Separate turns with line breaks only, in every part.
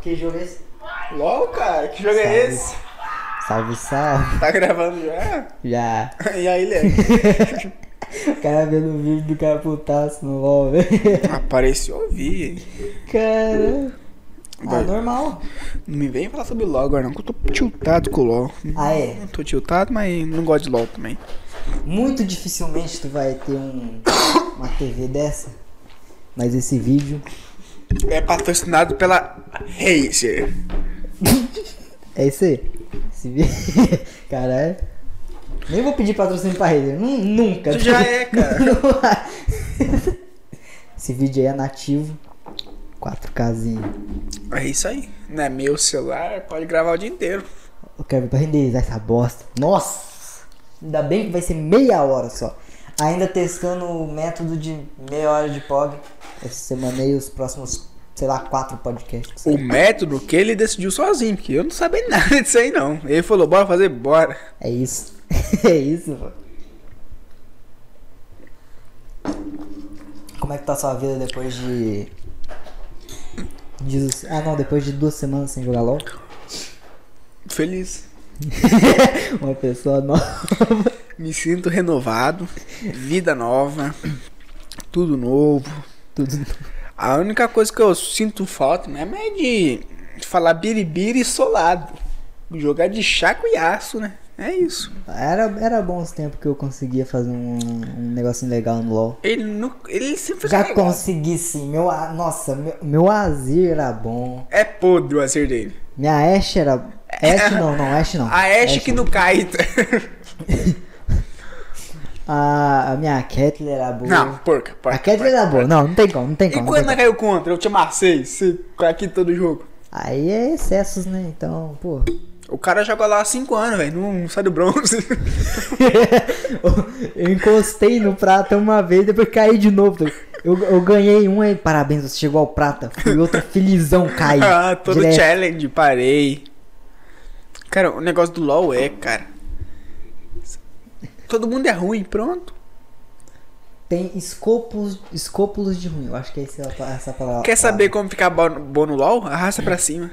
Que jogo é esse?
LOL, cara, que jogo é
Salve.
esse?
Salve, salve.
Tá gravando já?
Já.
E aí, Léo?
O cara vendo o vídeo do cara putaço no LOL, velho.
Apareceu Ah, ouvir, hein?
Cara. Ah,
Vai.
normal.
Não me vem falar sobre LOL agora não, que eu tô tiltado com o LOL.
Ah, é?
Não tô tiltado, mas não gosto de LOL também.
Muito dificilmente tu vai ter um, uma TV dessa. Mas esse vídeo
É patrocinado pela Razer.
é isso aí. Esse vídeo. Caralho. Nem vou pedir patrocínio pra Razer. Nu- Nunca.
Tu já é, cara.
Esse vídeo aí é nativo. 4Kzinho.
É isso aí. Não é meu celular, pode gravar o dia inteiro.
Eu quero ver pra renderizar essa bosta. Nossa! Ainda bem que vai ser meia hora só. Ainda testando o método de meia hora de POG. Essa semana aí os próximos, sei lá, quatro podcasts.
O método que ele decidiu sozinho, porque eu não sabia nada disso aí não. Ele falou, bora fazer, bora.
É isso. é isso, pô. Como é que tá a sua vida depois de. de- Ah não, depois de duas semanas sem jogar LOL?
Feliz.
Uma pessoa nova.
Me sinto renovado, vida nova, tudo novo.
Tudo.
A única coisa que eu sinto falta mesmo é de falar biribiri solado. Jogar de chaco e aço, né? É isso.
Era, era bom os tempos que eu conseguia fazer um, um negocinho legal no LOL.
Ele, nu- ele sempre fez
Já
legal.
consegui sim, meu. a- Nossa, meu, meu Azir era bom.
É podre o acer dele.
Minha Ashe era. Ashe não, não, Ashe não.
A Ashe que não cai.
A, a minha Kettle era boa.
não, porca,
A
porca.
Kettle era boa, não, não tem como, não tem
E
como. não tem
quando nós caiu contra? Eu te amassei. Você aqui todo jogo.
Aí é excessos, né? Então, pô.
O cara joga lá há 5 anos, velho. Não, não sai do bronze.
eu encostei no prata uma vez, depois caí de novo. Eu, eu ganhei um aí, parabéns, você chegou ao prata. Fui outra felizão, caí.
ah, todo
direto.
challenge, parei. Cara, o negócio do LoL é, cara. Todo mundo é ruim, pronto.
Tem escopos, escópulos de ruim, eu acho que é esse- essa palavra.
Quer saber como ficar bo- bom no LoL? Arrasta pra cima.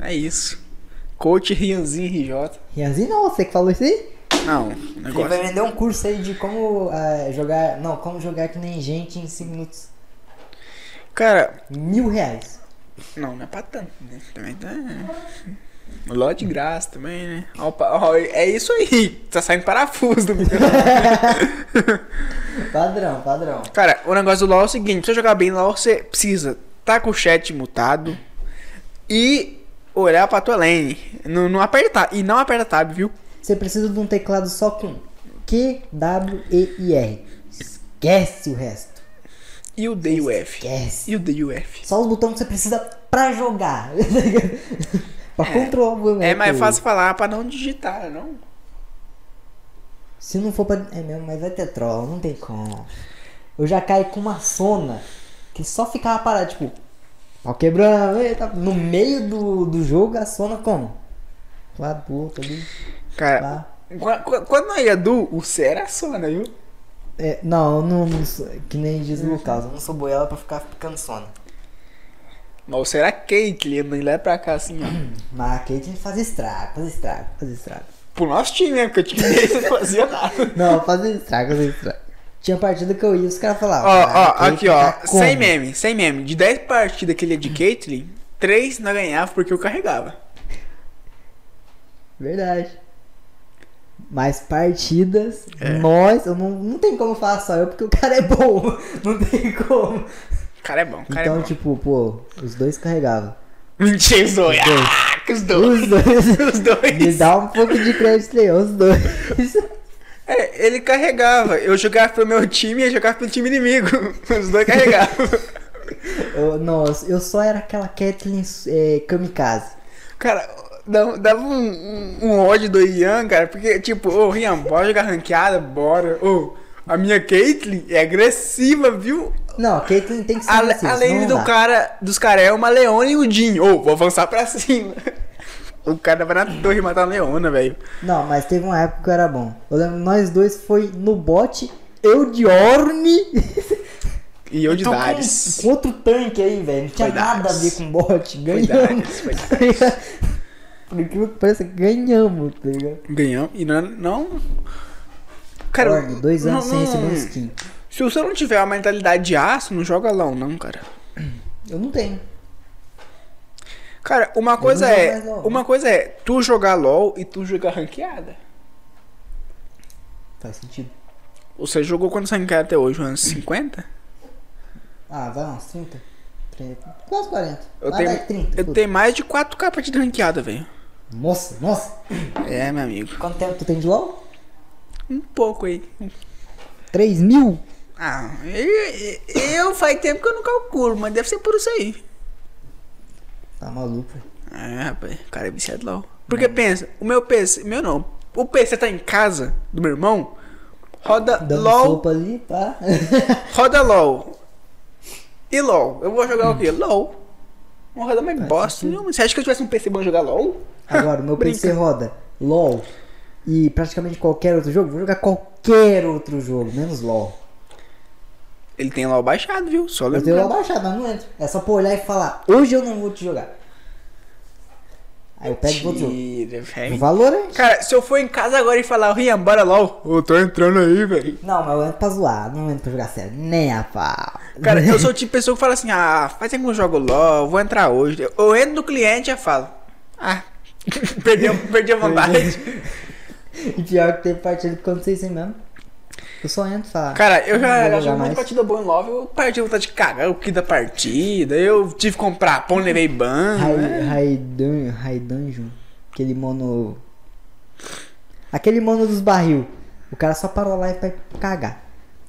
É isso. Coach Rianzinho RJ.
Rianzinho, não, você que falou isso aí?
Não, o
Ele vai
negócio.
vender um curso aí de como ah, jogar. Não, como jogar que nem gente em 5 minutos.
Cara,
Mil reais.
não, não é pra tanto, né? Também tá. LoL é de graça também, né? Opa, ó, é isso aí. Tá saindo parafuso do microfone.
Padrão, padrão.
Cara, o negócio do LoL é o seguinte: pra você jogar bem LoL, você precisa tá com o chat mutado e olhar pra tua lane. Não, não aperta tab. E não aperta tab, viu?
Você precisa de um teclado só com Q, W, E e R. Esquece o resto.
E o D e o F.
Esquece.
E o D e o F.
Só os botões que você precisa pra jogar. pra controlar o boneco.
É mais fácil falar pra não digitar, não?
Se não for pra. É mesmo, mas vai ter troll, não tem como. Eu já caí com uma sona que só ficava parada, tipo. Pau quebrando, eita, no meio do, do jogo a sona como? Pro Lado pro outro ali.
Cara,
Lá.
qu- qu- quando nós ia do, o C era Sona, viu?
É, não, eu não, não sou, que nem diz no caso, eu não sou boiela pra ficar ficando sona.
Mas o C era Caitlyn, ele é pra cá assim, ó.
Mas a Caitlyn faz estrago, faz estrago, faz estrago.
Pro nosso time, né? Porque o time dele não fazia nada.
Não, faz estrago, faz estrago. Tinha partida que eu ia, os caras
Ó,
falavam.
ó,
"Ah, a Caitlyn
aqui, ó.
tá como?"
Sem meme, sem meme. De 10 partidas que ele ia de Caitlyn, 3 não ganhava porque eu carregava.
Verdade. Mas partidas,
É.
nós, eu não, não tem como falar só eu, porque o cara é bom. Não tem como.
O cara é bom, o cara é
Então,
bom.
tipo, pô, os dois carregavam.
Mentira, os dois. Ah, que os dois.
Os dois.
Os
Me
dois.
dá um pouco de crédito aí, os dois.
É, ele carregava. Eu jogava pro meu time e ele jogava pro time inimigo. Os dois carregavam.
Eu, não, eu só era aquela Kathleen é, kamikaze.
Cara, dá- dava um, um, um ódio do Ian, cara, porque, tipo, ô Rian, bora jogar ranqueada, bora. Ô, a minha Caitlyn é agressiva, viu?
Não, a Caitlyn tem que ser
A,
assim,
a lane
senão
do
não dá.
cara, dos caras é uma Leona e o Jin. Ô, vou avançar pra cima. O cara vai na torre matar a Leona, velho.
Não, mas teve uma época que eu era bom. Eu lembro, nós dois foi no bote, eu de Orne.
E eu de
Tô com
Darius.
um outro tanque aí, velho. Não tinha
Foi
nada a
Darius.
ver com bot.
Foi
Ganhamos. Tá
Darius, foi Darius.
Por incrível que pareça, ganhamos, tá ligado?
Ganhamos. E não. é, não... Cara,
Org, dois anos
não-
sem
não-
receber um skin.
Se você não tiver a mentalidade de aço, não joga LOL, não, cara.
Eu não tenho.
Cara, uma coisa
jogo
é.
mais LOL.
Uma coisa é tu jogar LOL e tu jogar ranqueada.
Faz sentido.
Você jogou quantos ranqueados até hoje? Uns 50?
Ah, vai uns 30? 30. Quase 40.
Eu
Vai,
tenho,
vai, 30.
eu
tudo.
tenho mais de 4 capas de ranqueada, velho.
Nossa, nossa.
É, meu amigo.
Quanto tempo tu tem de LOL?
Um pouco aí.
3 mil?
Ah, eu, eu faz tempo que eu não calculo, mas deve ser por isso aí.
Tá maluco. velho.
É, rapaz, o cara é viciado LOL. Porque pensa, o meu PC. Meu não. O PC tá em casa do meu irmão. Roda
Dando
LOL.
sopa ali, tá? pá.
Roda LOL. E LOL. Eu vou jogar o
Hum.
quê? LOL. Não roda mais bosta nenhuma. Você acha que eu tivesse um PC bom pra jogar LOL?
Agora, o meu
Brinca.
PC roda LOL e praticamente qualquer outro jogo. Vou jogar qualquer outro jogo, menos LOL.
Ele tem LOL baixado, viu? Só
Eu tenho
lembra.
LOL baixado, mas não entro. É só pra olhar e falar, hoje eu não vou te jogar. Aí eu pego e vou outro jogo.
Tira,
O
velho.
Valorant?
Cara, se eu for em casa agora e falar, Rian, bora LOL. Eu tô entrando aí, velho.
Não, mas eu entro pra zoar, não entro pra jogar sério. Nem a pau.
Cara, eu sou o tipo de pessoa que fala assim, ah, faz tempo que eu jogo LOL, vou entrar hoje. Eu- Eu entro no cliente e já falo, ah, perdi, a- perdi a vontade.
E pior que teve partida que aconteceu isso aí é mesmo. Eu só entro e falo.
Cara, eu
não
já,
vou
já
jogar
joguei
mais.
muita partida boa em LOL, eu perdi a vontade de cagar o que da partida, eu tive que comprar pão, levei ban,
Rai-
né?
Raidan, Raidanjum. Aquele mono. Aquele mono dos barril. O cara só parou lá e vai cagar.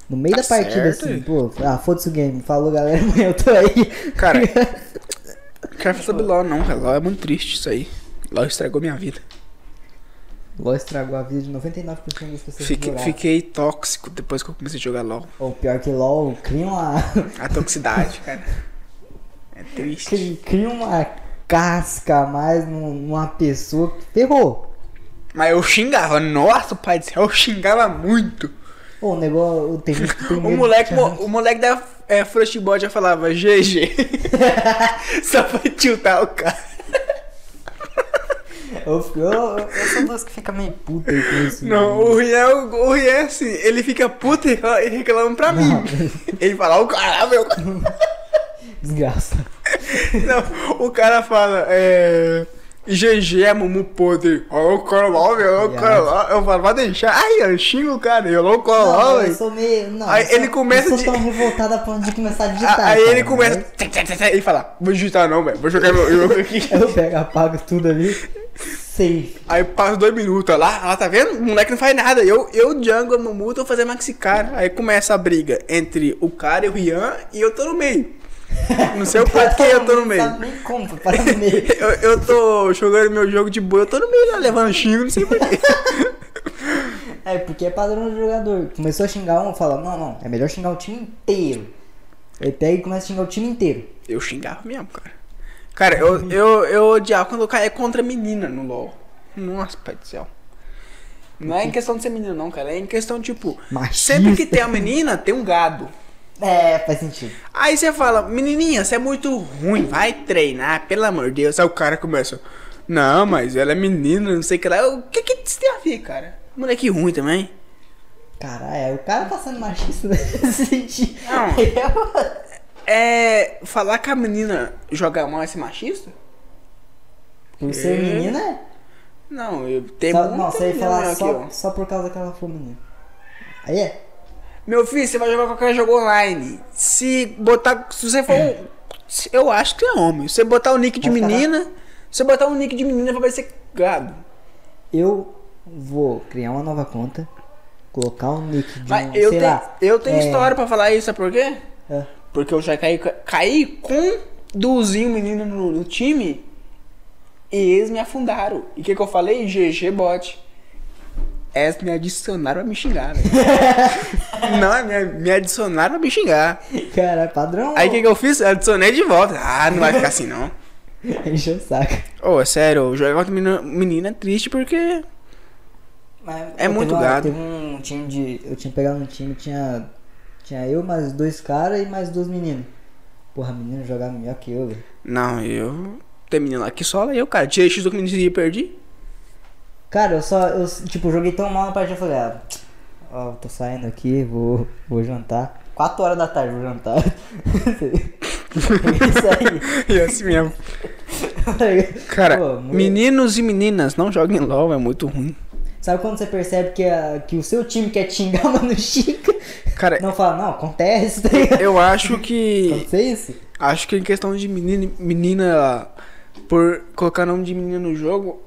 No meio
Tá
da partida,
certo.
assim, pô, ah, foda-se o game. Falou, galera, amanhã eu tô aí.
Cara, não quero falar sobre LOL não, cara, LOL é muito triste isso aí. LOL estragou minha vida.
LOL estragou a vida de 99% das pessoas que
Fiquei,
jogaram.
fiquei tóxico depois que eu comecei a jogar LOL.
Ou pior que LOL, cria uma.
A toxicidade, cara. É triste.
cri- cria uma casca a mais num- numa pessoa que ferrou.
Mas eu xingava, nossa, pai do céu, eu xingava muito.
Ô, o negócio. Tem gente que tem
O
medo
moleque,
de
mo- o moleque da é, Frostbot já falava GG. Só pra tiltar o cara.
Eu, fico- eu, eu, eu sou dos que fica meio puta aí com isso.
Não,
mano.
o Riel, o Riel, assim, ele fica puto e recla- e reclama pra mim.
Não.
Ele fala, o cara, meu.
Desgraça.
Não, o cara fala, é. GG é Mumu podre. Ó, o Coroló, meu, ó, o Coroló. Eu falo, vai deixar. Aí, eu xingo o cara, eu não Coroló,
Não,
velho.
eu sou meio. Não,
Aí
eu sou-
ele começa
eu sou
de-
tão revoltada a ponto de começar a digitar.
A- Aí
cara, né?
ele começa.
mas
tec, tec, tec, tec, Ele fala, vou digitar não, velho, vou jogar meu jogo aqui.
Eu pego, apago tudo ali. Safe.
Aí passa dois minutos, ó lá, ó lá tá vendo? O moleque não faz nada. Eu, eu Django, Mumu, tô fazendo maxi cara. Aí começa a briga entre o cara e o Rian e eu tô no meio. Não sei o quanto que eu tô no meio.
Sabe nem como, pra parar no meio.
Eu, eu tô jogando meu jogo de boa, eu tô no meio lá, levando xingo, não sei porquê.
É, porque é padrão do jogador. Começou a xingar um, fala: Não, não, é melhor xingar o time inteiro. Ele pega e começa a xingar o time inteiro.
Eu xingava mesmo, cara. Cara, eu, eu, eu odiava quando eu caía contra menina no LOL. Nossa, pai do céu. Não é em questão de ser menina, não, cara. É em questão, tipo,
Machista.
sempre que tem uma menina, tem um gado.
É, faz sentido.
Aí você fala, menininha, você é muito ruim, vai treinar, pelo amor de Deus. Aí o cara começa, não, mas ela é menina, não sei o que lá. Eu, O que que isso tem a ver, cara? Moleque ruim também.
Caralho, é, o cara tá sendo machista nesse sentido.
Não.
Eu-
É, falar que a menina joga mal é ser machista?
Por ser menina, é.
Não, eu tenho
Sabe,
muita
não, você ia
menina
falar
aqui,
só,
ó.
só por causa que ela foi menina. Aí é.
Meu filho, você vai jogar qualquer jogo online. Se botar, se você for um, se- eu acho que é homem. Se você botar o nick de
Vou falar.
menina, se você botar um nick de menina vai parecer gado.
Eu vou criar uma nova conta, colocar um nick de
Mas
um,
eu
sei
tenho,
lá.
eu tenho
é,
história pra falar isso, sabe por quê?
é.
Porque eu já caí, caí com Duzinho, menino, no, no time. E eles me afundaram. E o que, que eu falei? GG bot. Eles me adicionaram pra me xingar, velho. Não, me, me adicionaram pra me xingar.
Cara, é padrão.
Aí o que, que eu fiz? Adicionei de volta. Ah, não vai ficar assim não.
Encheu o saco.
Ô, é sério, jogar contra menina, menina é triste porque.
Mas
É
eu teve
muito
uma-
gado.
Teve um time de. Eu tinha pegado um time, tinha Tinha eu, mais dois caras e mais dois meninos. Porra, menino jogava melhor que eu, velho.
Não, eu. Tem menino lá que sola, eu, cara. Tirei X do que me dizia e perdi.
Cara, eu só, eu, tipo, joguei tão mal na partida, eu falei, ah, ó, eu tô saindo aqui, vou, vou jantar. 4 horas da tarde vou jantar. É Isso
e assim mesmo.
aí.
Cara,
Pô, muito-
meninos e meninas, não joguem LOL, é muito ruim.
Sabe quando você percebe que, a- que o seu time quer te xingar, mano, xinga?
Cara,
Não fala, não, acontece, tá ligado?
eu acho que.
Aconteceu isso?
Acho que em questão de menina, menina por colocar nome de menina no jogo,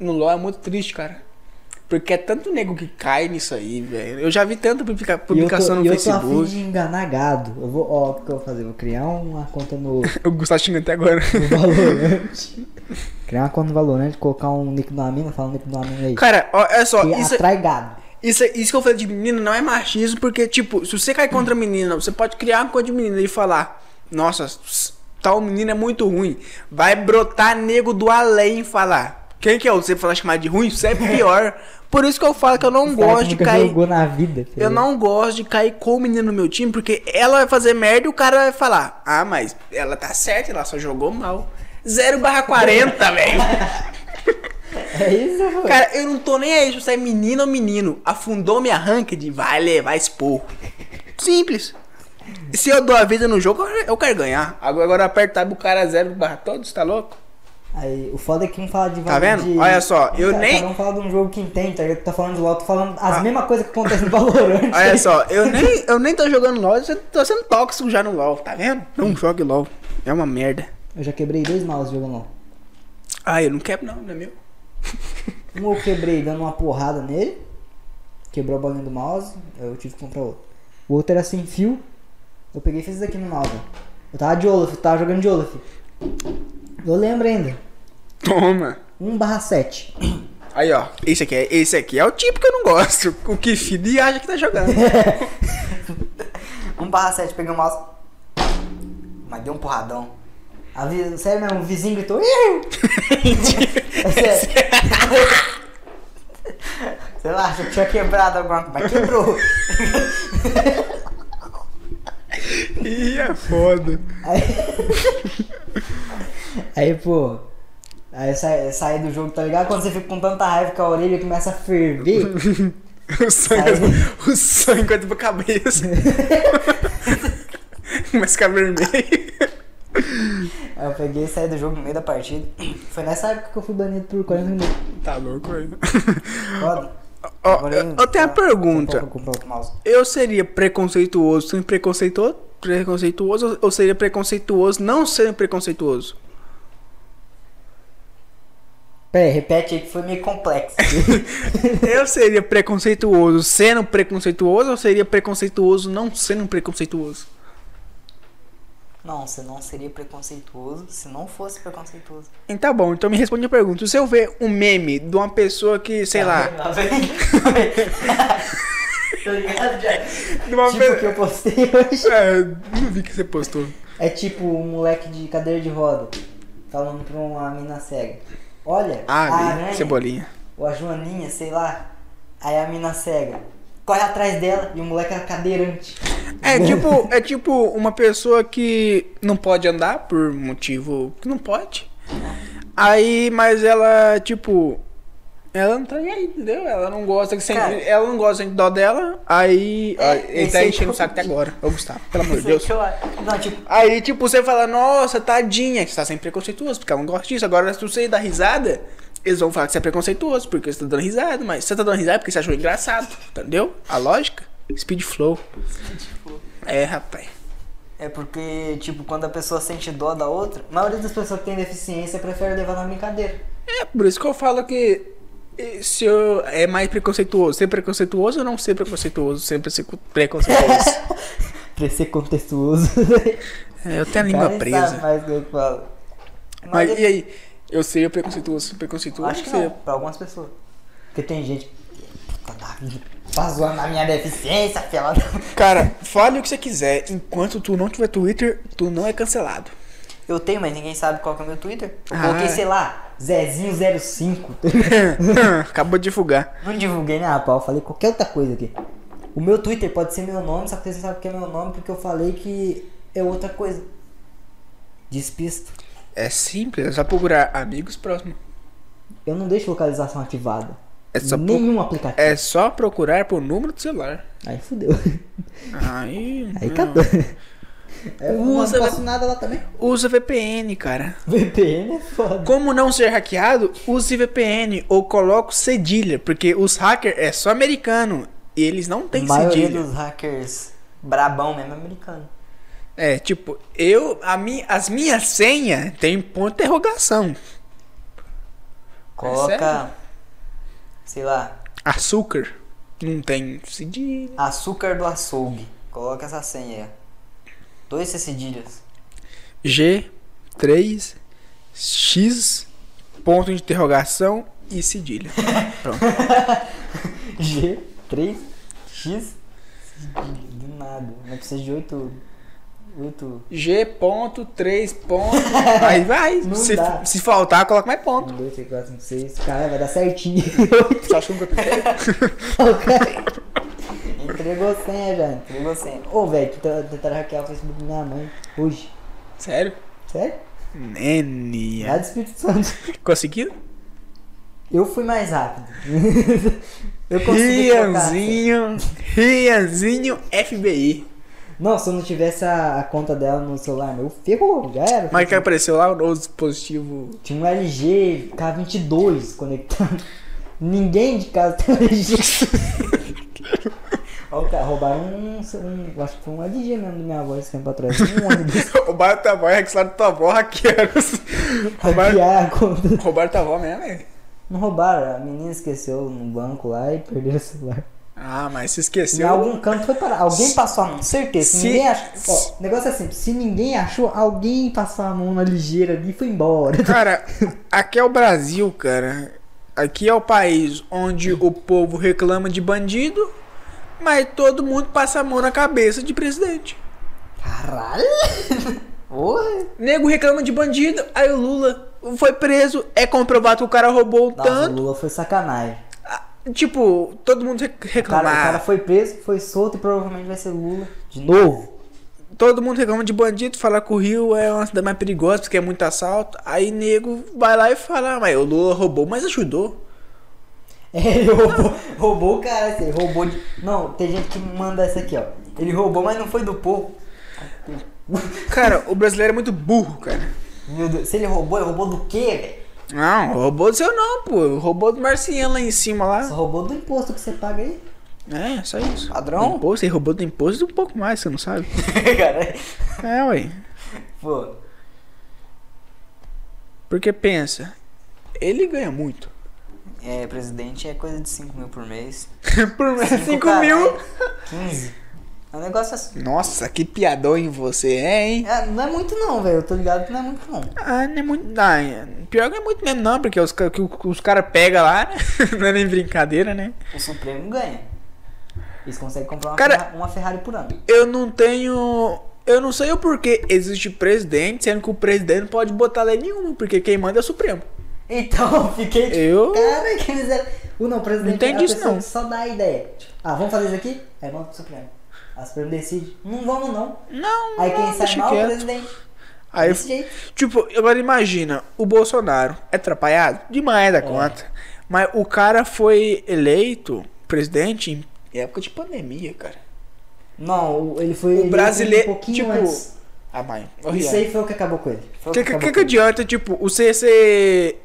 no LoL é muito triste, cara. Porque é tanto nego que cai nisso aí, velho. Eu já vi tanta publica-
e
publicação no
eu tô, E eu tô afim
Facebook.
de enganar gado. Eu vou, ó, o que eu vou fazer? Eu vou criar uma conta no, no
O Gustavo xingando até agora.
Valorant. criar uma conta no Valorant, colocar um nick do mina, falar um nick do mina aí.
Cara, ó, olha só,
que
isso, é-
atrai gado.
isso, isso que eu falei de menina não é machismo, porque, tipo, se você cai contra a menina, você pode criar uma coisa de menina e falar, nossa, s- tal menina é muito ruim. Vai brotar nego do além e falar. Quem que é o você falar chamar de ruim? Isso é pior. Por isso que eu falo que eu não
Os caras
um gosto
que
de
nunca
cair.
jogou assim, né? na vida. filho.
Eu não gosto de cair com o menino no meu time, porque ela vai fazer merda e o cara vai falar: Ah, mas ela tá certa, ela só jogou mal. 0 barra 40, velho.
É isso, mano.
Cara, eu não tô nem aí se você é menino ou menino. Afundou minha ranked, vai levar esporro. Simples. Se eu dou a vida no jogo, eu- eu quero ganhar. Agora, agora apertar pro cara 0 barra todos, tá louco?
Aí, o foda é que um fala de
Tá
Valorant
vendo?
de-
Olha só, eu
Cada-
nem- Ah.
Cada um fala de um jogo que entende, tá ligado? Tá falando de LOL, tô falando as mesmas coisas que acontece no Valorant.
Olha só, eu nem, eu nem tô jogando LOL, eu tô sendo tóxico já no LOL, tá vendo? Não jogue LOL, é uma merda.
Eu já quebrei dois mouse jogando LOL.
Ah, eu não quero não, não é meu.
Um eu quebrei dando uma porrada nele, quebrou a bolinha do mouse, eu tive que comprar outro. O outro era sem fio, eu peguei e fiz isso aqui no mouse. Eu tava de Olaf, eu tava jogando de Olaf. Eu lembro ainda,
Toma.
1 barra 7.
Aí, ó. Esse aqui, é, esse aqui é o tipo que eu não gosto. O que filho acha que tá jogando.
1 barra 7, peguei o mouse. Mas deu um porradão. A vi... Sério mesmo, o vizinho gritou. "Ih!" É sério. Sei lá, achou que tinha quebrado alguma coisa, mas quebrou.
Ih, é foda.
Aí, pô. Aí sai, sai do jogo, tá ligado? Quando você fica com tanta raiva que a orelha começa a ferver.
O sangue, o sangue vai pra cabeça. Mas fica vermelho.
Aí eu peguei e saí do jogo no meio da partida. Foi nessa época que eu fui banido por 40 minutos.
Tá louco aí.
Foda.
Ó,
Agora
eu, eu tenho
tá-
a pergunta.
Vou comprar outro mouse.
Eu seria preconceituoso sendo preconceituoso? Preconceituoso ou seria preconceituoso não sendo preconceituoso?
Pera aí, repete aí que foi meio complexo.
Eu seria preconceituoso sendo preconceituoso ou seria preconceituoso não sendo preconceituoso?
não, você não seria preconceituoso se não fosse preconceituoso.
E Tá bom, então me responde a pergunta. Se eu ver um meme de uma pessoa que, sei lá,
Tá ligado, já?
de uma
Tipo o
pessoa.
que eu postei hoje.
É, não vi que você postou.
É tipo um moleque de cadeira de roda falando pra uma mina cega. Olha, a
Ah, vi,
aranha,
cebolinha.
ou a Joaninha, sei lá. Aí a mina cega corre atrás dela e o moleque era cadeirante.
É tipo, é tipo uma pessoa que não pode andar por motivo que não pode. Aí, mas ela, tipo, ela não tá nem aí, entendeu? Ela não gosta que
Cara.
sempre, ela não gosta de dó dela. Aí,
É,
ó, ele
esse
tá
aí
enchendo o
que eu-
saco até agora. Ô, Gustavo, pelo amor de Deus.
Não, tipo,
Aí, tipo, você fala, nossa, tadinha, que você tá sendo preconceituoso, porque ela não gosta disso. Agora, se você dá risada, eles vão falar que você é preconceituoso, porque você tá dando risada, mas você tá dando risada porque você achou engraçado, entendeu? A lógica? Speed flow. É, rapaz.
é porque, tipo, quando a pessoa sente dó da outra, a maioria das pessoas que tem deficiência prefere levar na brincadeira.
É, por isso que eu falo que eh, se eu é mais preconceituoso, ser preconceituoso ou não ser preconceituoso, sempre ser cu- preconceituoso.
Pra ser contextuoso.
É, eu tenho a língua
Sabe
presa.
mais do que eu falo.
Mas
Mas
e aí? Eu seria preconceituoso, preconceituoso?
Acho que
seria-
não, pra algumas pessoas. Porque tem gente. Puta da vida. Tá zoando a minha deficiência, pela.
Cara, fale o que você quiser. Enquanto tu não tiver Twitter, tu não é cancelado.
Eu tenho, mas ninguém sabe qual que é o meu Twitter. Eu
Ah.
coloquei, sei lá, Zezinho05.
Acabou de fugar.
não divulguei, né, rapaz? Eu falei qualquer outra coisa aqui. O meu Twitter pode ser meu nome, só que vocês não sabem que é meu nome porque eu falei que é outra coisa. Despisto.
É simples, é só procurar amigos próximos.
Eu não deixo localização ativada.
É só, pro-
Nenhum aplicativo.
é só procurar por número do celular.
Aí fudeu.
Aí.
Aí
não.
acabou. Eu não
Hum. Usa,
faço nada lá também.
Usa VPN, cara.
VPN é foda.
Como não ser hackeado? Use VPN ou coloque cedilha, porque os hackers é só americano e eles não têm
a maioria
cedilha.
dos hackers brabão mesmo é americano.
É, tipo, eu a mi, as minhas senhas tem ponto de interrogação.
Coloca, sei lá,
Açúcar não tem cedilha.
açúcar do açougue. Coloca essa senha aí. ó. Dois C cedilhas.
G 3 X ponto de interrogação e cedilha. Pronto.
G, 3, X, cedilha. Do nada. Mas precisa de oito. Oito.
G ponto, três ponto. Aí vai.
Não
Se,
dá.
se faltar, coloca mais ponto.
Um, dois, três, quatro, cinco, seis. Cara, vai dar certinho.
Só acho que nunca pensei.
entregou senha já, entregou senha. Ô, velho, que tra- tentaram hackear o Facebook da minha mãe hoje.
Sério?
Sério?
Nene.
Lá do Espírito Santo.
Conseguiu?
Eu fui mais rápido. eu consegui trocar. assim.
Rianzinho. Rianzinho FBI.
Não, se eu não tivesse a, a conta dela no celular meu, ferrou, já era.
Mas que apareceu lá o dispositivo.
Tinha um LG K22 conectado. Ninguém de casa tem um LG. Ó, o cara, roubaram um, um- eu Acho que foi um LG mesmo da minha avó esse tempo atrás. Um ônibus.
Roubaram tua avó, hackearam tua avó, hackearam. Roubaram,
Hackear a conta.
roubaram tua avó tá mesmo, é? velho.
Não roubaram, a menina esqueceu no banco lá e perdeu o celular.
Ah, mas se
Em
esqueceu.
algum canto foi parar. Alguém passou a mão, certeza. Se
se-
ninguém achou. Ó, o negócio é assim: se ninguém achou, alguém passou a mão na ligeira ali e foi embora.
Cara, aqui é o Brasil, cara. Aqui é o país onde o povo reclama de bandido, mas todo mundo passa a mão na cabeça de presidente.
Caralho! Porra! é
Nego reclama de bandido, aí o Lula foi preso, é comprovado que o cara roubou o
Nossa, o
tanto.
Lula foi sacanagem.
Ah, Tipo, todo mundo rec-
O cara, o
reclama.
cara foi preso, foi solto e provavelmente vai ser Lula de novo.
Todo mundo reclama de bandido, fala que o Rio é uma cidade mais perigosa porque é muito assalto. Aí nego vai lá e fala, "Ah, mas o Lula roubou, mas ajudou.
É, ele roubou, roubou o cara, assim, ele roubou de. Não, tem gente que manda essa aqui, ó. Ele roubou, mas não foi do povo.
Cara, o brasileiro é muito burro, cara.
Meu Deus, se ele roubou, ele roubou do quê, velho?
Não, roubou do seu não, pô. Roubou do Marciano lá em cima
Só
lá.
roubou do imposto que você paga aí.
É, só isso.
Padrão?
Do imposto, ele roubou do imposto e um pouco mais, você não sabe.
cara,
É, ué.
pô.
Porque pensa, ele ganha muito.
É, presidente é coisa de 5 mil por mês.
Por menos 5 mil.
caralho, 15. É um negócio assim.
Nossa, que piadão em você, é, hein?
É, não é muito não, velho. Eu tô ligado que não é muito não.
Ah, não é muito. Ah, é- pior que não é muito mesmo, não, porque os, ca- que o- os caras pegam lá, né? Não é nem brincadeira, né?
O Supremo ganha. Eles conseguem comprar uma,
Cara-
Ferra- uma Ferrari por ano.
Eu não tenho. Eu não sei o porquê existe presidente, sendo que o presidente não pode botar lei nenhuma, porque quem manda é o Supremo.
Então, eu fiquei tipo,
Eu-
cara, que miséria. O não, o presidente
Não tem
é a
disso,
pessoa
não.
que só dá a ideia. Tipo, ah, vamos fazer isso aqui? Aí manda pro Supremo. A Supremo decide. Não vamos não.
Não,
Aí
não,
quem sai
Ah, deixa
mal é o
quieto.
presidente.
Aí,
Desse jeito.
tipo, agora imagina, o Bolsonaro é atrapalhado demais da
É.
conta, mas o cara foi eleito presidente em época de pandemia, cara.
Não, o- ele foi
O
eleito
brasileiro,
um pouquinho
tipo,
antes.
ah, mãe,
Isso aí foi o que acabou com ele. Foi
o
o
que, que,
acabou
que,
com ele.
adianta, tipo, o CC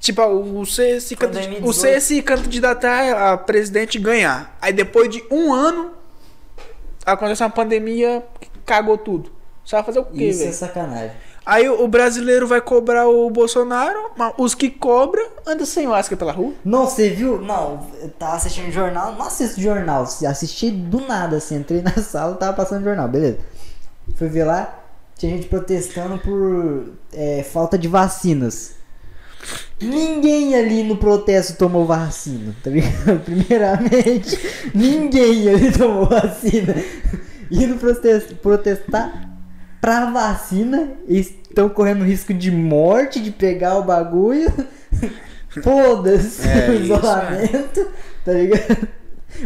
tipo, o C se
Foi
candid- o
2018.
C se candidatar a presidente e ganhar. Aí depois de um ano acontece uma pandemia que cagou tudo. Você vai fazer o quê,
Isso é
velho?
sacanagem.
Aí o brasileiro vai cobrar o Bolsonaro, mas os que cobram andam sem máscara pela rua.
Não, você viu? Não, eu tava assistindo jornal, não assisto jornal, assisti do nada, assim, entrei na sala, tava passando jornal, beleza. Fui ver lá, tinha gente protestando por é, falta de vacinas. Ninguém ali no protesto tomou vacina, tá ligado? Primeiramente, ninguém ali tomou vacina. Indo protes- protestar pra vacina, estão correndo risco de morte, de pegar o bagulho. Foda-se
É,
o
isso,
isolamento, tá ligado?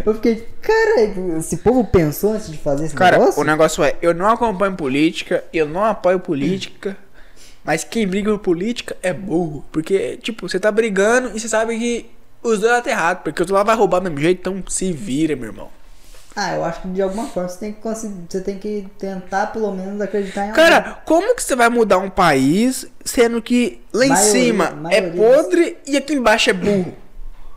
Eu fiquei, cara, esse povo pensou antes de fazer esse
Cara,
negócio?
o negócio é, eu não acompanho política, eu não apoio política, mas quem briga por política é burro. Porque, tipo, você tá brigando e você sabe que os dois tá errado, porque os dois lá vai roubar do mesmo jeito, então se vira, meu irmão.
Ah, eu acho que de alguma forma você tem que, consi- você tem que tentar pelo menos acreditar em alguém.
Cara, como que você vai mudar um país sendo que lá em
Maioria-
cima é
maioria dos-
podre e aqui embaixo é burro?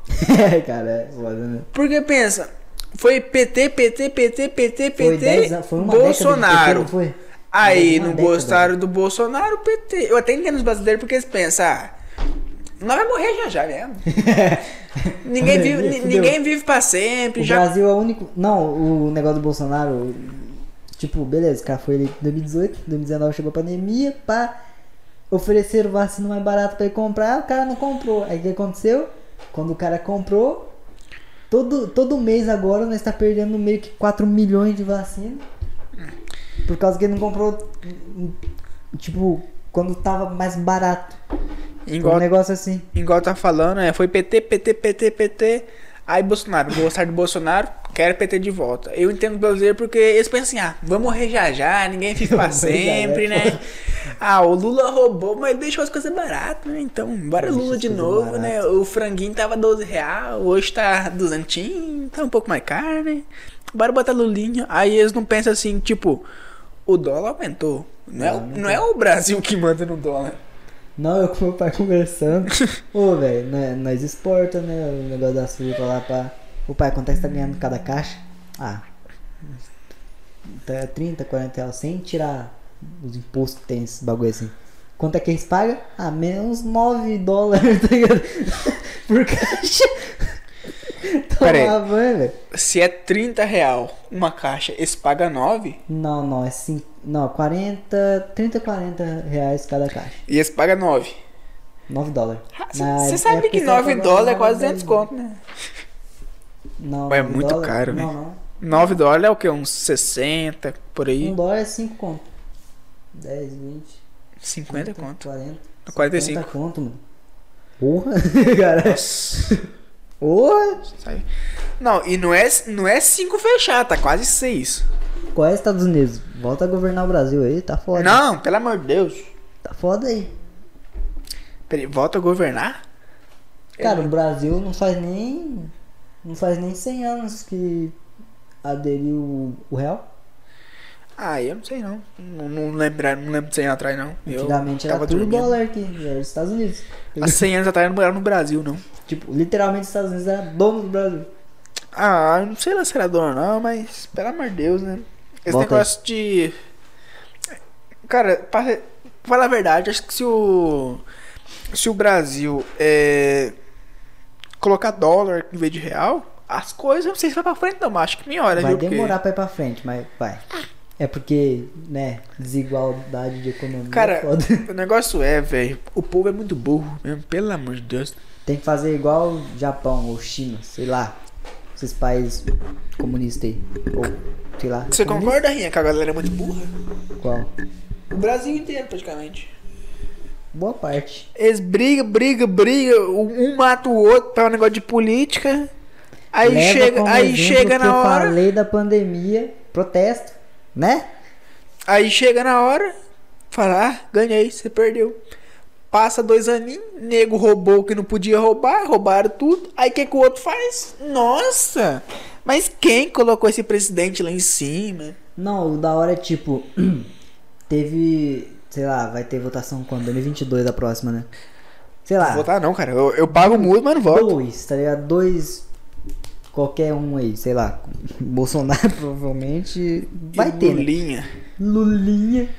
é, cara, é foda, né?
Porque pensa, foi PT, PT, PT, PT,
Foi
PT,
10 anos- foi uma década de PT,
Bolsonaro.
não foi?
Aí
Uma
não
década.
gostaram do Bolsonaro, PT. Eu até entendo os brasileiros porque eles pensam, ah, nós vai morrer já já mesmo. ninguém, vive, ni-
Fudeu.
ninguém vive pra sempre.
O
já...
Brasil é o único. Não, o negócio do Bolsonaro. Tipo, beleza, o cara foi eleito em 2018, 2019 chegou a pandemia, pá. Ofereceram vacina mais barato pra ele comprar, o cara não comprou. Aí o que aconteceu? Quando o cara comprou, todo, todo mês agora nós tá perdendo meio que 4 milhões de vacina. Por causa que ele não comprou. Tipo, quando tava mais barato. Foi um
Igual,
negócio assim.
igual tá falando, é, foi PT, PT, PT, PT. Aí Bolsonaro, não gostaram do Bolsonaro, quero PT de volta. Eu entendo o brasileiro porque eles pensam assim, ah, vamos morrer já já, ninguém vive pra
Vamos morrer já já,
sempre, né? Ah, o Lula roubou, mas deixou as coisas baratas, né? Então, bora
Deixa
Lula
as
de
coisas
novo,
baratas.
né? O franguinho tava 12 real, hoje tá 200, tá um pouco mais caro, né? Bora botar lulinha. Aí eles não pensam assim, tipo, o dólar aumentou. Não é, o- não é o Brasil que manda no dólar.
Não, eu com meu pai conversando. Ô, velho, né, nós exporta, né? O negócio da açúcar lá pra. O pai, quanto é que você tá ganhando cada caixa? Ah. tá 30, 40 reais, sem tirar os impostos que tem esses bagulho assim. Quanto é que eles pagam? Ah, menos 9 dólares, tá ligado? Por caixa.
Pera aí.
Toma banho, velho.
Se é 30 real uma caixa, esse paga 9
Não, não, é 5. Não, 40. 30, 40 reais cada caixa.
e esse paga 9.
9 dólares. Na
Você Ah, sabe
época
que
você tá
9
pagava
dólares é quase
10
200 conto, né?
Não,
É
um
muito
dólar-
caro,
não,
velho.
Não,
9 dólares é o quê? Uns 60 por
Um
aí?
dólar é 5 conto. 10, 20,
50 conto.
40.
Tá 45.
50 conto, mano. Porra, cara.
Nossa.
Porra.
Sai. Não, e não é, não é cinco fechado, tá quase seis.
Qual é Estados Unidos? Volta a governar o Brasil aí, tá foda.
Não, pelo amor de Deus.
Tá foda aí.
Peraí, volta a governar?
Cara, o Brasil não faz nem. Não faz nem 100 anos que aderiu o real.
Ah, eu não sei não. Não, não lembro, não lembro de 100 anos atrás, não. Eu
Antigamente era
tava
tudo
dormindo.
dólar aqui, era os Estados Unidos.
Há 100 anos atrás eu não morava no Brasil, não.
Tipo, literalmente os Estados Unidos era dono do Brasil.
Ah, eu não sei lá se era dono não, mas pelo amor de Deus, né? Esse
Volta
negócio de. Cara, para falar a verdade, acho que se o. Se o Brasil é, colocar dólar em vez de real, as coisas eu não sei se vai pra frente não, mas acho que melhora,
Vai
viu? Porque-
demorar pra ir pra frente, mas vai. É porque, né, desigualdade de economia. é
Cara,
foda.
o negócio é, velho, o povo é muito burro mesmo, pelo amor de Deus.
tem que fazer igual o Japão ou China, sei lá. Esses países comunistas aí. Ou, sei lá.
Você
comunista?
concorda, Rinha, que a galera é muito burra?
Qual?
O Brasil inteiro, praticamente.
Boa parte.
Eles brigam, brigam, brigam, um mata o outro pra um negócio de política. Aí
Leva como
chega, aí
exemplo
chega
que eu
na hora,
falei da pandemia, protesto, né?
aí chega na hora, fala, ah, ganhei, você perdeu. Passa dois aninhos, nego roubou o que não podia roubar, roubaram tudo. Aí o que, que o outro faz? Nossa! Mas quem colocou esse presidente lá em cima?
Não, o da hora é tipo. Teve. Sei lá, vai ter votação quando? 2022 a próxima, né? Sei lá.
Não vou votar não, cara. Eu, eu pago muito, mas não voto.
dois, tá ligado? Dois. Qualquer um aí, sei lá. Bolsonaro provavelmente. Vai
E
ter. né?
Lulinha.
Lulinha.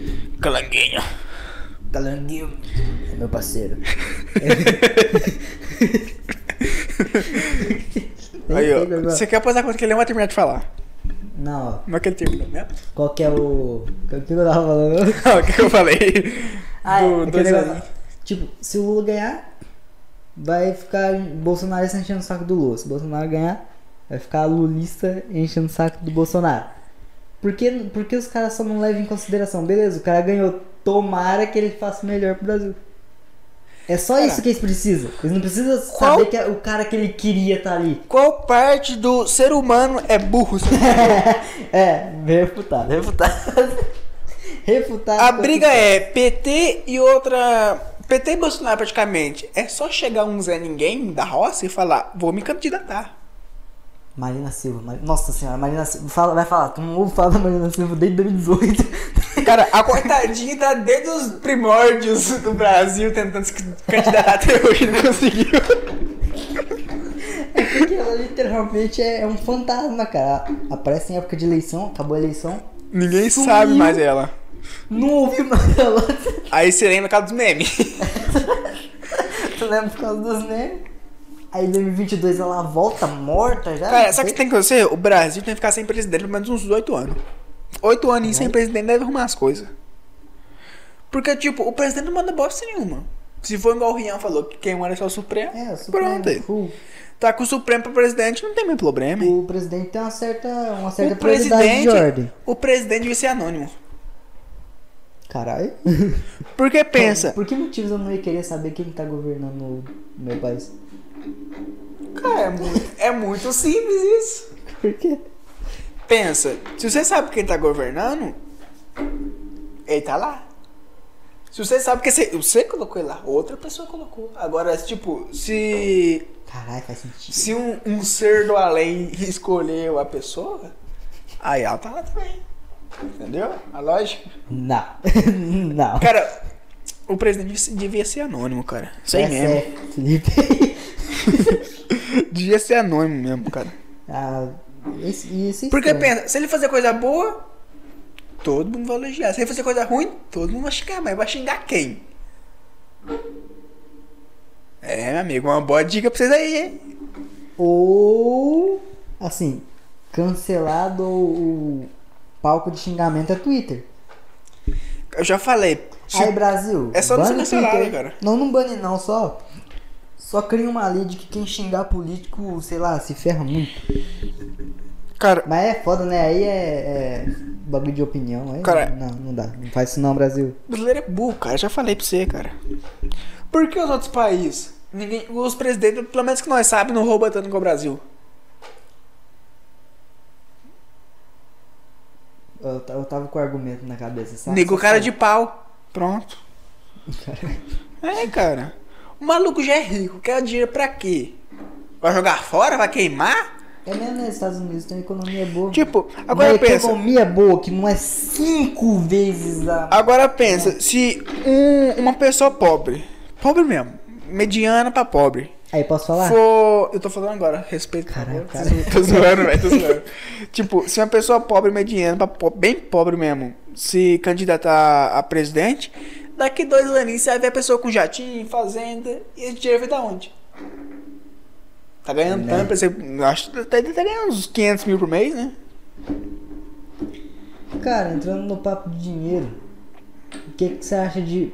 Calanguinho.
Calanguinho. É meu parceiro.
Aí, ó.
Tem, né? tem,
Você quer apostar quanto que ele não vai terminar de falar?
Não,
Como é que ele terminou mesmo?
qual que é o. O que eu tava falando?
Ah, o que, que eu falei?
Ah,
Do-
é, aquele
dois
negócio-
aninhos.
Tipo, se o Lula ganhar, vai ficar Bolsonaro enchendo o saco do Lula. Se o Bolsonaro ganhar, vai ficar lulista enchendo o saco do Bolsonaro. Por que, por que os caras só não levam em consideração? Beleza, o cara ganhou. Tomara que ele faça melhor pro Brasil. É só
Cara.
isso que eles precisam. Eles não precisam
Qual-
saber que é o cara que ele queria tá ali.
Qual parte do ser humano é burro?
É, refutar, refutar. refutar.
A briga é PT e outra. PT e Bolsonaro praticamente. É só chegar um Zé Ninguém da roça e falar, vou me candidatar.
Marina Silva. Mar- Nossa senhora, Marina Silva. Fala, vai falar. Tu não ouve falar da Marina Silva desde 2018.
Cara, a coitadinha tá desde os primórdios do Brasil tentando se candidatar até hoje não conseguiu.
É Porque ela literalmente é, é um fantasma, cara. Ela Aparece em época de eleição, acabou a eleição.
Ninguém
Sumiu.
sabe mais ela.
Não ouvi mais ela.
Aí você lembra aquela dos memes.
Tu lembra por causa dos memes? Aí em 2022 ela volta morta já.
Cara, sabe o que tem que acontecer? O Brasil tem que ficar sem presidente pelo menos uns oito anos. Oito anos
Uhum.
sem presidente deve arrumar as coisas. Porque, tipo, o presidente não manda bosta nenhuma. Se for igual o Rian falou, que quem manda é só o Supremo,
É, o Supremo.
pronto. Tá com o Supremo pro presidente, não tem mais problema. hein?
O, o presidente tem uma certa, uma certa
O
prioridade de ordem.
presidente, o presidente devia ser anônimo.
Caralho.
Porque pensa,
Por que motivos eu não ia querer saber quem tá governando o meu país?
cara, é muito, é muito simples isso.
Por quê?
Pensa, se você sabe quem tá governando, ele tá lá. Se você sabe que você, você colocou ele lá, outra pessoa colocou. Agora, tipo, se
Caralho, faz sentido.
se um, um ser do além escolheu a pessoa, aí ela tá lá também. Entendeu? A lógica.
Não. não.
Cara, o presidente devia ser anônimo, cara. Sem
Essa
mesmo.
é, Felipe.
Devia ser anônimo mesmo, cara.
ah, esse, esse
Porque
estranho.
pensa, se ele fazer coisa boa, todo mundo vai elogiar. Se ele fazer coisa ruim, todo mundo vai xingar, mas vai xingar quem? É, meu amigo, uma boa dica pra vocês aí, hein?
Ou. Assim, cancelado o o palco de xingamento é Twitter.
Eu já falei. se-
Aí, Brasil.
É só não
bane
ser cancelado,
Twitter.
cara.
Não, não bane, não, só. Só cria uma lei de que quem xingar político, sei lá, se ferra muito.
Cara,
Mas é foda, né? Aí é. é bagulho de opinião. Aí
Cara-
Não, não dá. Não faz isso, não, Brasil.
brasileiro é burro, cara. Já falei pra você, cara. Por que os outros países? Ninguém, os presidentes, pelo menos que nós sabemos, não roubam tanto com o Brasil.
Eu, ta- eu tava com o argumento na cabeça, sabe?
Nego
Só
cara
que-
de pau. Tá, Pronto. É, cara. O maluco já é rico. Quer dinheiro pra quê? Vai jogar fora? Vai queimar?
É mesmo nos Estados Unidos, tem uma economia boa.
Tipo, agora
uma
pensa.
economia boa que não é cinco vezes a.
Agora pensa, se um- uma pessoa pobre, pobre mesmo, mediana pra pobre,
Aí, posso falar?
for. Eu tô falando agora, respeito. por
Caralho,
favor.
cara.
Tô zoando, velho, tô zoando. tipo, se uma pessoa pobre, mediana, pra po- bem pobre mesmo, se candidatar a presidente, daqui dois aninhos você vai ver a pessoa com jatinho, fazenda, e esse dinheiro vem da onde? Tá ganhando
Né?
tanto, pra você, acho que tá, tá ganhando uns 500 mil por mês, né?
Cara, entrando no papo de dinheiro, o que, que você acha de.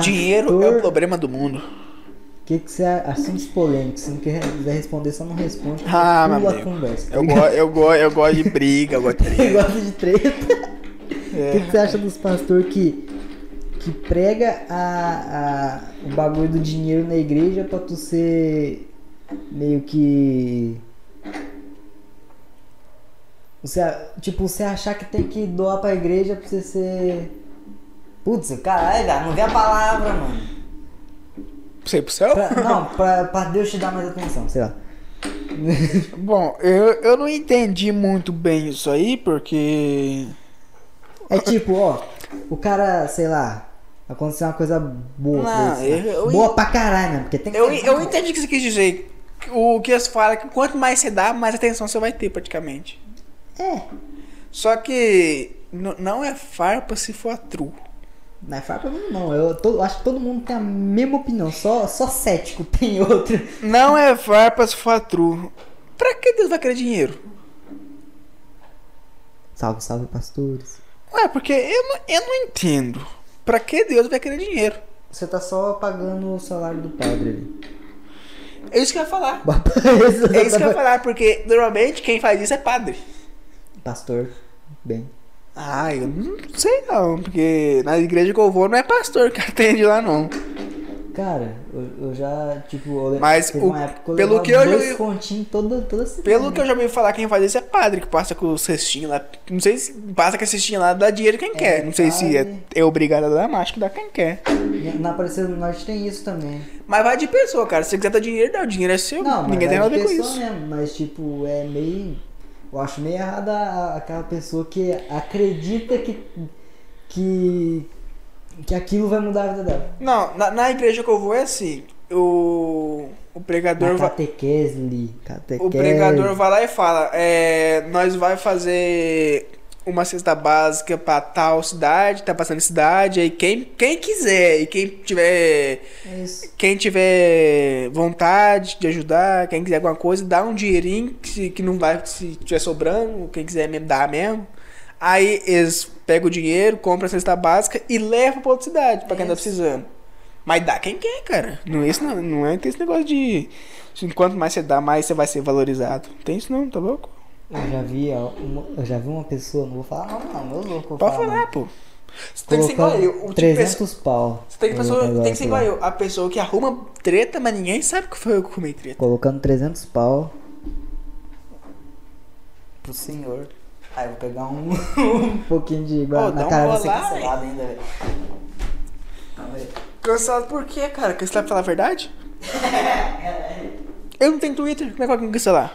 Dinheiro é o problema do mundo.
O que, que você acha? Assuntos polêmicos. Se não quiser responder, só não responde.
Ah, meu
pula a
amigo.
conversa.
Eu, go eu, go eu gosto de briga, eu gosto de
Você
briga.
gosta de treta? O que, que você acha dos pastores que, que prega a, a- o bagulho do dinheiro na igreja pra tu ser meio que. Você, a- tipo, você achar que tem que doar pra igreja pra você ser. Putz, caralho, cara, não vê a palavra, mano.
Sei é pro céu?
Pra- não, pra, pra Deus te dar mais atenção, sei lá.
Bom, eu, eu não entendi muito bem isso aí, porque.
É tipo, ó, o cara, sei lá, aconteceu uma coisa boa
Não,
pra ele.
eu- eu-
boa pra caralho, né? Porque tem que
Eu,
ser
eu
bom.
entendi o que você quis dizer. O que eles falam é que quanto mais você dá, mais atenção você vai ter, praticamente.
É,
Só que n- não é farpa se for a true.
não é farpa mesmo, não. Eu to- acho que todo mundo tem a mesma opinião, só, só cético tem outro.
Não é farpa se for a true. Pra que Deus vai querer dinheiro?
Salve, salve, pastores.
Ué, porque eu não, eu não entendo. Pra que Deus vai querer dinheiro?
Você tá só pagando o salário do padre ali.
É isso que eu ia falar.
Isso
É isso que eu ia falar, porque normalmente quem faz isso é padre.
Pastor, bem.
Ah, eu não sei não, porque na igreja que eu vou não é pastor que atende lá não.
Cara, eu, eu já, tipo, eu lembro-
Mas
teve
o-
uma época eu
pelo
levava
que eu-
dois
eu-
continhos toda, toda semana.
Pelo que eu já ouvi falar, quem faz isso é padre, que passa com o cestinho lá. Não sei se passa com a cestinha lá, dá dinheiro quem quer. Não sei se é,
padre.
é obrigado a dar, mas acho que dá quem quer.
Na Aparecida do Norte tem isso também.
Mas vai de pessoa, cara. Se você quiser dar dinheiro, dá. O dinheiro é seu.
Não, mas
Ninguém tem
é
nada a
de
ver com
pessoa
isso.
Mesmo, mas, tipo, é meio... Eu acho meio errada a- aquela pessoa que acredita que... Que... Que aquilo vai mudar a vida dela.
Não, na, na igreja que eu vou é assim. O, o pregador
Na
vai.
catequese, Li. Catequese.
O pregador vai lá e fala: é, Nós vai fazer uma cesta básica pra tal cidade, tá passando em cidade, aí quem, quem quiser e quem tiver.
É isso.
Quem tiver vontade de ajudar, quem quiser alguma coisa, dá um dinheirinho que, se- que não vai se tiver sobrando, quem quiser mesmo dá mesmo. Aí eles pegam o dinheiro, compram a cesta básica e levam pra outra cidade, pra quem tá
Isso.
precisando. Mas dá quem quer, cara. Não, é esse, não, não é tem esse negócio de. de Quanto mais você dá, mais você vai ser valorizado. Tem isso não, tá louco?
Eu já vi, ó, uma, eu já vi uma pessoa, não vou falar não, não, meu louco. vou
Pode
não.
falar, pô. Você tem que ser igual
Colocando
eu. O tipo de pessoa-
300 pau.
Você tem que,
no
pessoa, tem que ser
um negócio
igual
lá.
eu. A pessoa que arruma treta, mas ninguém sabe que foi eu que arrumei treta.
Colocando 300 pau. Pro senhor. Aí eu vou pegar um, um pouquinho de
Ô, dá
guaraná.
um
cara,
rolê
vai ser
lá,
cancelado ainda, velho. Calma aí.
Cancelado por quê, cara? Porque você sabe falar a verdade? Eu não tenho Twitter, como é que eu vou cancelar?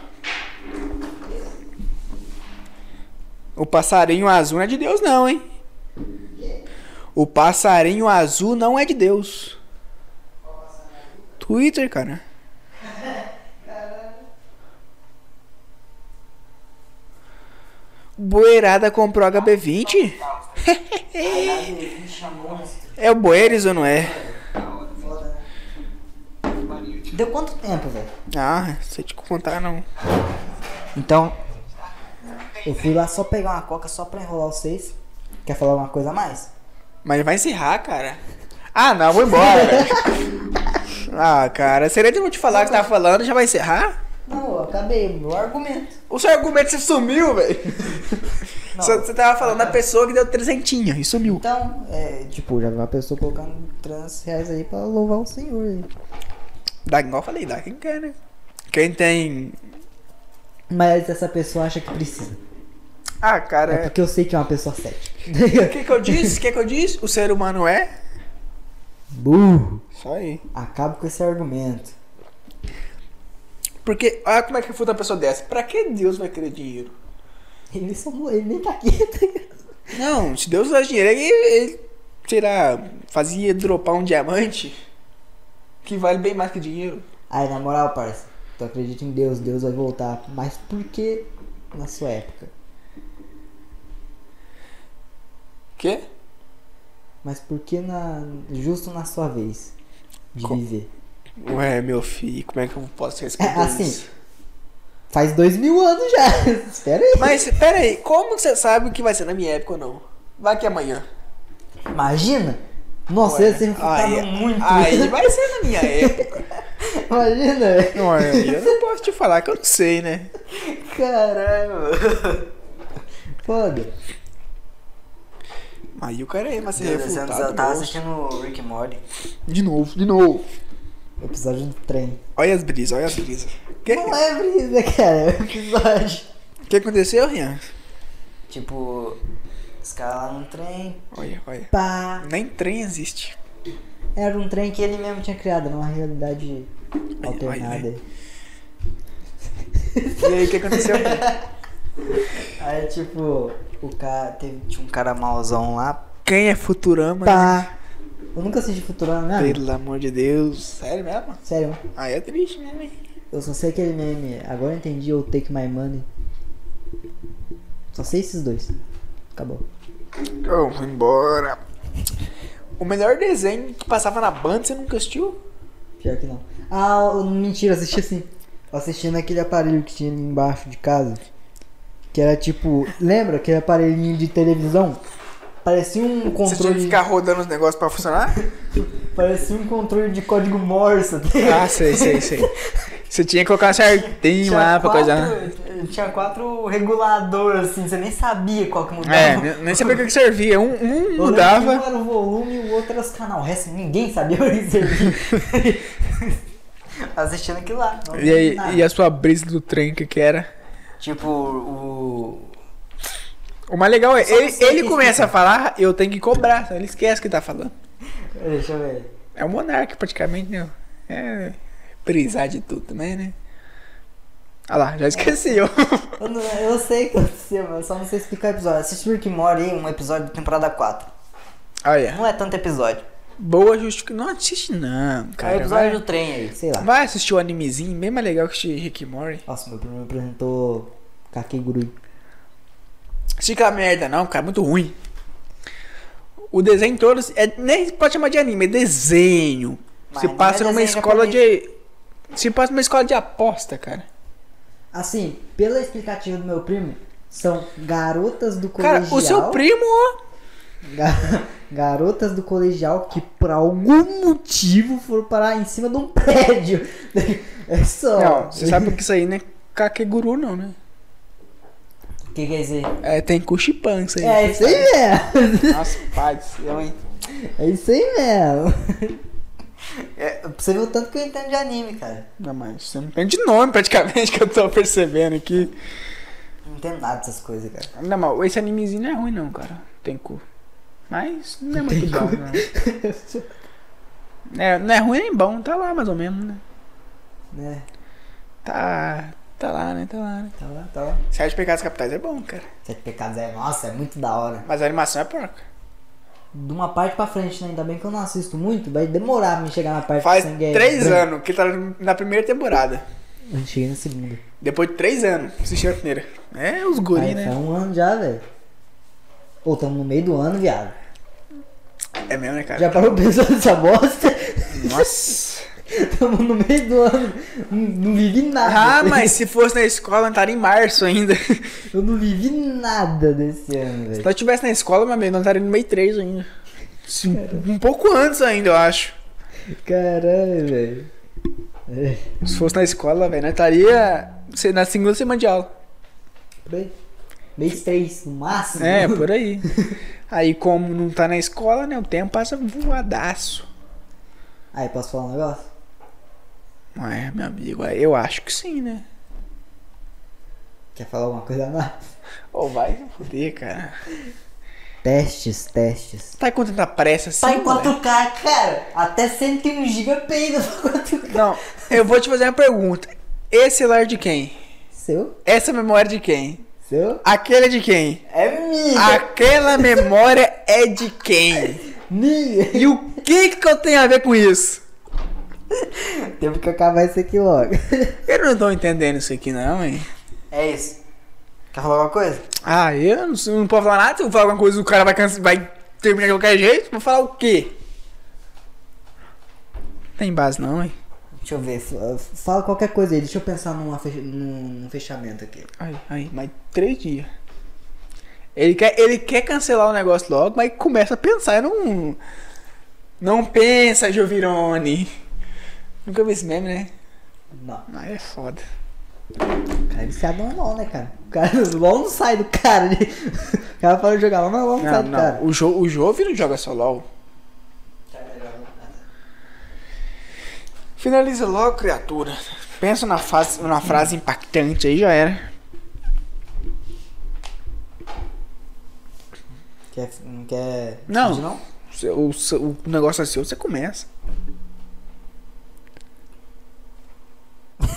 O passarinho azul não é de Deus, não, hein? O passarinho azul não é de Deus. Twitter, cara. Boeirada comprou HB20?
Me chamou, mas-
É o Boeiras ou não é?
Deu quanto tempo, velho?
Ah, sei te contar não.
Então, eu fui lá só pegar uma coca só pra enrolar vocês. Quer falar alguma coisa a mais?
Mas vai encerrar, cara. Ah, não, vou embora. ah, cara, seria de eu te falar o que você tá falando, já vai encerrar?
Não, eu acabei meu argumento.
O seu argumento você sumiu, velho. Só que Você tava falando da pessoa que deu trezentinha e sumiu.
Então, é, tipo, já vi uma pessoa colocando 300 reais aí pra louvar o senhor. hein?
Dá igual eu falei, dá quem quer, né? Quem tem.
Mas essa pessoa acha que precisa.
Ah,
É,
cara.
porque eu sei que é uma pessoa cética.
O que, que eu disse? O que, que eu disse? O ser humano é.
Burro.
Só aí.
Acabo com esse argumento.
Porque, olha como é que futa uma pessoa dessa. Pra que Deus vai querer dinheiro?
Ele só mo- ele nem tá aqui, tá ligado?
Não, se Deus desse dinheiro, ele, ele sei lá, fazia dropar um diamante que vale bem mais que dinheiro.
Aí, na moral, parça, tu acredita em Deus, Deus vai voltar. Mas por que na sua época?
Quê?
Mas por que na, justo na sua vez de
Co-
viver?
Ué, meu filho, como é que eu posso responder
É, assim.
isso?
Faz dois mil anos já. Espera aí.
Mas, pera aí, como que você sabe que vai ser na minha época ou não? Vai que é amanhã.
Imagina. Nossa,
Ué,
ia ser
aí,
refutado muito.
Aí vai ser na minha época.
Imagina.
Não, aí é- eu não posso te falar que eu não sei, né?
Caramba. Foda.
Aí o cara é, aí vai ser
Deus, eu
refutado.
tava
moço.
assistindo o Rick and Morty.
De novo, de novo.
Episódio do trem.
Olha as brisas, olha as brisas. O que,
Não é brisa, cara. É um episódio.
que aconteceu, Rian?
Tipo, os caras lá no trem.
Olha, olha.
Pá.
Nem trem existe.
Era um trem que ele mesmo tinha criado, numa realidade
ai,
alternada.
ai. E aí, o que aconteceu?
Aí, tipo, o cara. Teve, tinha um cara mauzão lá.
Quem é Futurama? né?
Pá. Eu nunca assisti Futurama, né?
Pelo amor de Deus. Sério mesmo?
Sério.
Aí é triste mesmo, hein?
Eu só sei aquele meme. Agora eu entendi o Take My Money. Só sei esses dois. Acabou.
Eu vou embora. O melhor desenho que passava na Band, você nunca assistiu?
Pior que não. Ah, eu- mentira, eu assisti assim. Eu assisti naquele aparelho que tinha ali embaixo de casa. Que era tipo. Lembra aquele aparelhinho de televisão? Parecia um
Você tinha que
controle.
ficar rodando os negócios pra funcionar?
Parecia um controle de código Morse. tá ligado?
ah, sei, sei, sei. Você tinha que colocar certinho
Tinha
lá pra né?
quatro-
coisar.
tinha quatro reguladores, assim, você nem sabia qual que mudava.
É, nem- nem sabia o que que servia. Um, um
Eu lembro que Um
mudava.
era o volume e o outro era os canal. O resto ninguém sabia o que servia. Assistindo aquilo lá. não
E, aí,
nada.
e a sua brisa do trem, o que, que era?
Tipo, o.
O mais legal é,
Só não
ele,
sei
ele
o que
começa a falar, eu tenho que cobrar, sabe? ele esquece que tá falando.
Deixa eu ver.
É um monarca praticamente, né? É brisar de tudo também, né? Ah lá, já esqueci. eu.
Eu, não-
é,
eu sei o que aconteceu, mas eu só não sei explicar o episódio. Assiste Rick and Morty, um episódio da temporada 4.
Olha,
Não é tanto episódio.
boa justificativa. Não assiste não,
É o
cara.
episódio
Vai,
do trem aí, sei lá.
vai assistir o animezinho, bem mais legal que assistir Rick e Morty.
Nossa, meu primo me apresentou Kakegurui.
Assiste aquela merda não, cara, muito ruim. O desenho todo, é, nem pode chamar de anime, é desenho.
Mas
se
não é
passa numa
desenho
escola de... Se passa numa escola de aposta, cara.
Assim, pela explicativa do meu primo, são garotas do
Cara,
colegial.
o seu primo, ó...
Ga- Garotas do colegial que por algum motivo foram parar em cima de um prédio. É só.
Não, você sabe que isso aí não é kakeguru não, né?
O que, que é isso aí?
É, tem Kushipan isso aí. né?
É isso aí mesmo.
Nossa, pai do céu, hein?
É isso aí mesmo.
É, pra você ver o tanto que eu entendo de anime, cara.
Não, mas você não entende nome praticamente que eu tô percebendo aqui.
Não entendo nada dessas coisas, cara.
Não, mas esse animezinho não é ruim não, cara. Tem cu. Mas não é muito bom, não. É, não é ruim nem bom, tá lá mais ou menos, né?
né?
Tá. Tá lá, né? Tá lá, né?
Tá lá, tá lá.
Sete Pecados Capitais é bom, cara.
Sete pecados é. Nossa, é muito da hora.
Mas a animação é porca.
De uma parte pra frente, né? Ainda bem que eu não assisto muito. Vai demorar pra me chegar na parte
Faz
que sangue é
três
branco.
anos que tá na primeira temporada.
Eu cheguei na segunda.
Depois de três anos, assistindo a primeira. É os
Aí, tá
guri, né?
um ano já, velho. Pô, tamo no meio do ano, viado.
É mesmo, né, cara?
Já parou pensando nessa bosta?
Nossa.
Tamo no meio do ano. Não, não vivi nada.
Ah, mas se fosse na escola, não estaria em março ainda. Se
Eu não vivi nada desse ano, velho.
eu estivesse na escola, meu amigo, não estaria no meio 3 ainda. Se- Um pouco antes ainda, eu acho.
Caralho, velho. É,
Se fosse na escola, velho, nós estaria se- na segunda semana de aula.
por aí. Mês 3, no máximo.
É, por aí. Aí, como não tá na escola, né, o tempo passa voadaço.
Aí, posso falar um negócio?
Ué, meu amigo, eu acho que sim, né?
Quer falar alguma coisa a mais?
Ou vai se fuder, cara.
Testes, testes.
Tá com tanta pressa assim,
Tá em
moleque?
4K, cara. Até 101 GB peida pra 4K.
Não, eu vou te fazer uma pergunta. Esse celular é de quem?
Seu?
Essa memória é de quem?
Seu?
Aquele é de quem?
É minha.
Aquela memória é de quem?
Minha!
E o que que eu tenho a ver com isso?
Temos que acabar isso aqui logo.
Eu não tô entendendo isso aqui não, hein?
É isso. Quer falar alguma coisa?
Ah, eu não, sei- não posso falar nada, se eu falar alguma coisa o cara vai, cansa- vai terminar de qualquer jeito, vou falar o quê? Tem base não, hein?
Deixa eu ver, f- uh, fala qualquer coisa aí, deixa eu pensar numa fech- num, num fechamento aqui.
Ai, ai, mas três dias. Ele quer, ele quer cancelar o negócio logo, mas começa a pensar, eu não... Não pensa, Giovirone. Nunca vi esse meme, né?
Não,
Mas é foda.
o cara é viciado no LOL, né, cara? O cara o LOL não sai do cara. ele- O cara para de jogar LOL, mas o LOL não,
Não,
sai do cara.
não. O, jo o Jove não joga só LOL. Finaliza logo, criatura. Pensa na, fase, na frase impactante aí, já era.
Quer, não quer.
Não.
pedir, não?
Se- O, se- o negócio é seu, você começa.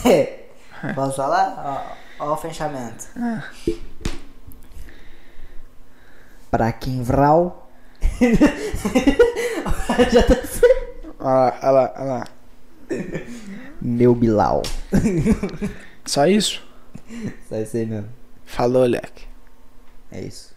É.
Posso falar? Ó, ó o fechamento.
Pra quem vral.
Olha lá, olha lá, olha lá.
Meu Bilal.
Só isso?
Só isso aí mesmo.
Falou, Leque.
É isso.